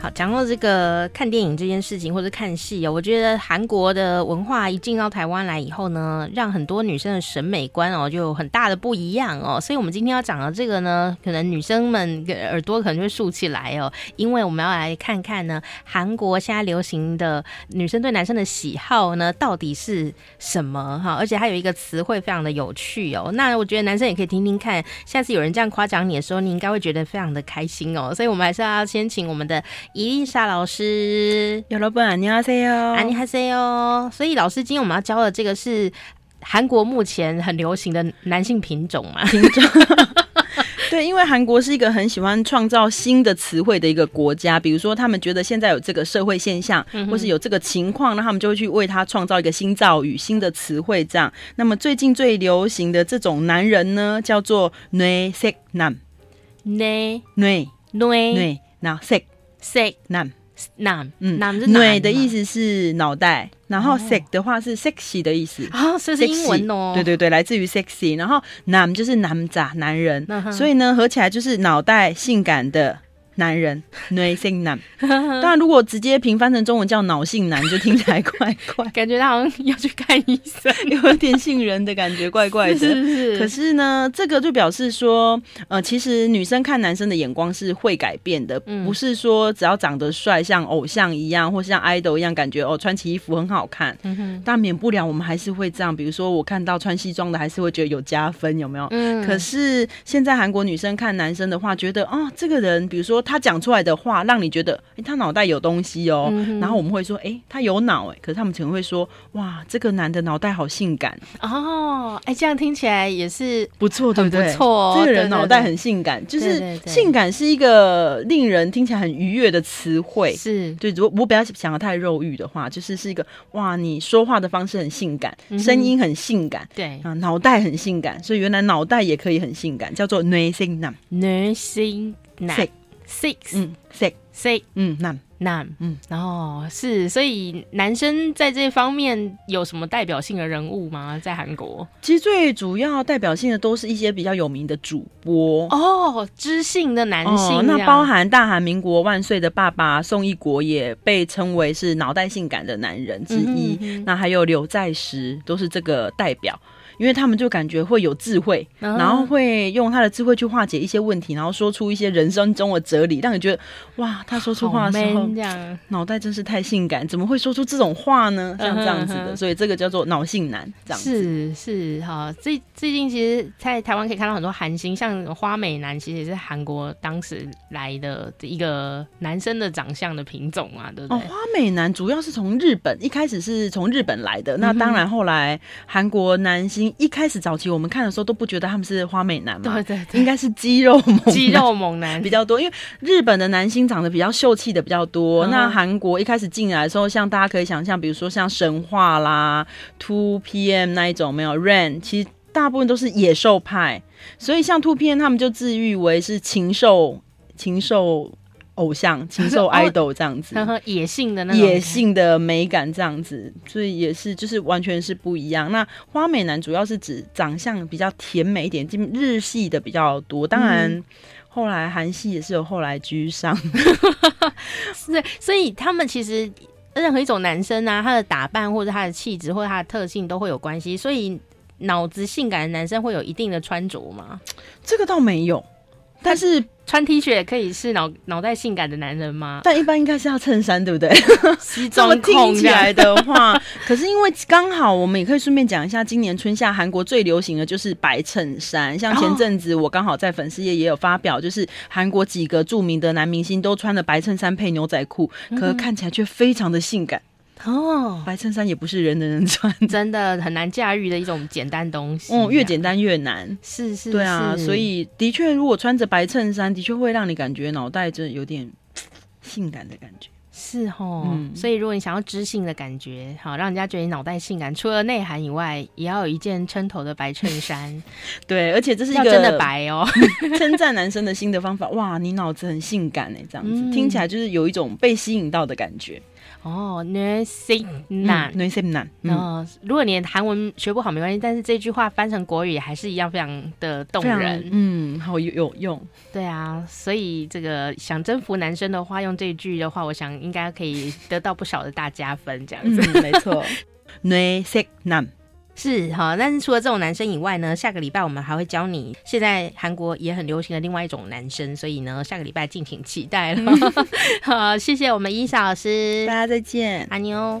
好，讲到这个看电影这件事情，或者看戏哦，我觉得韩国的文化一进到台湾来以后呢，让很多女生的审美观哦就有很大的不一样哦。所以，我们今天要讲的这个呢，可能女生们的耳朵可能就会竖起来哦，因为我们要来看看呢，韩国现在流行的女生对男生的喜好呢到底是什么哈？而且还有一个词汇非常的有趣哦。那我觉得男生也可以听听看，下次有人这样夸奖你的时候，你应该会觉得非常的开心哦。所以，我们还是要先请我们的。伊丽莎老师， 여러분 안녕하세요.安妮哈塞哟。所以老师，今天我们要教的这个是韩国目前很流行的男性品种嘛？对，因为韩国是一个很喜欢创造新的词汇的一个国家，比如说他们觉得现在有这个社会现象，嗯或是有这个情况，那他们就会去为它创造一个新造语、新的词汇这样。那么最近最流行的这种男人呢，叫做 n e s e k nam 内 n e 内 n e 那 s e k 塞 nam，男，嗯男是，n e 的意思思是脑袋，然后哦 s e k 的话是 sexy 的意思。啊，所以是英文哦。对对对，来自于 sexy，然后男就是男仔男人，嗯哼，所以呢合起来就是脑袋性感的男人女性男。当然，如果直接平翻成中文叫脑性男，就听起来怪怪 感觉他好像要去看医生，有点杏仁的感觉，怪怪的。是可是呢，这个就表示说，呃，其实女生看男生的眼光是会改变的，嗯不是说只要长得帅，像偶像一样，或像 idol 一样，感觉哦穿起衣服很好看。嗯哼但免不了我们还是会这样，比如说我看到穿西装的，还是会觉得有加分，有没有？嗯可是现在韩国女生看男生的话，觉得哦，这个人，比如说他讲出来的话，让你觉得，诶，他脑袋有东西哦。嗯哼然后我们会说，诶，他有脑，诶。可是他们可能会说，哇，这个男的脑袋好性感，哦，哎，这样听起来也是不错，对很不不对？错哦。这个人对脑袋很性感，就对是对性感是一个令人听起来很愉悦的词汇对。是对，如果我不要想的太肉欲的话，就是是一个哇，你说话的方式很性感，嗯哼声音很性感，对啊，脑袋很性感，所以原来脑袋也可以很性感，叫做 n a s i n g nam ，nursing 男 Six six 嗯 sec six 嗯 nam 男，嗯嗯，然后是，所以男生在这方面有什么代表性的人物吗？在韩国其实最主要代表性的都是一些比较有名的主播。哦，知性的男性、哦，那包含大韩民国万岁的爸爸宋一国也被称为是脑袋性感的男人之一，嗯哼嗯哼那还有刘在石都是这个代表，因为他们就感觉会有智慧，嗯然后会用他的智慧去化解一些问题，然后说出一些人生中的哲理，让你觉得哇，他说出话好的时候 man 这样，脑袋真是太性感，怎么会说出这种话呢？像这样嗯子哼嗯的，哼所以这个叫做脑性男，这样子。是是哈。最最近其实，在台湾可以看到很多韩星，像花美男，其实也是韩国当时来的一个男生的长相的品种嘛，对不哦，对？花美男主要是从日本，一开始是从日本来嗯的。那当然，后来韩国男星一开始早期我们看的时候都不觉得他们是花美男嘛哦对，对对，应该是肌肉猛男 肌肉猛男比较多，因为日本的男星长得比较秀气的比较多。嗯那韩国一开始进来的时候，像大家可以想象，比如说像神话啦、Two PM 那一种，没有 Rain，其实大部分都是野兽派，所以像 Two PM 他们就自喻为是禽兽、禽兽偶像、禽兽 哦 idol 这样子。呵呵，野性的那种野性的美感这样子，所以也是就是完全是不一样。那花美男主要是指长相比较甜美一点，进日系的比较多，当然。后来韩系也是有后来居上，对，所以他们其实任何一种男生啊，他的打扮或者他的气质或者他的特性都会有关系，所以。脑子性感的男生会有一定的穿着吗？这个倒没有，但 是穿 T 恤也可以是脑脑袋性感的男人 吗？但一般应该是要衬衫，对不对？西这么装控听起这样来的话， 可是因为刚好我们也可以顺便讲一下，今年春夏韩国最流行的就是白衬衫。像前阵子我刚好在粉丝页也有发表，就是韩国几个著名的男明星都穿了白衬衫配牛仔裤，可是看起来却非常的性感。 哦，白衬衫也不是人人能穿，真的很难驾驭的一种简单东西。啊哦，越简单越难。是是，对啊，是所以的确，如果穿着白衬衫，的确会让你感觉脑袋真的有点性感的感觉。是哦，所以如果你想要知性的感觉，好让人家觉得你脑袋性感，除了内涵以外，也要有一件撑头的白衬 衫，对，而且这是一要个真的白哦。 称赞男生的新的方法。哇，你脑子很性感哎、这样子、嗯听起来就是有一种被吸引到的感觉。哦 n u r s i n a 女性男，然嗯，后，如果你的韩文学不好没关系，但是这句话翻成国语也还是一样非常的动非常人。嗯，好有有用。对啊，所以这个想征服男生的话，用这句的话，我想应该可以得到不少的大加分，这样子。嗯，没错。 女性男，是哈，但是除了这种男生以外呢，下个礼拜我们还会教你现在韩国也很流行的另外一种男生，所以呢，下个礼拜敬请期待 了。好，谢谢我们伊莎老师大，家再见。阿妞。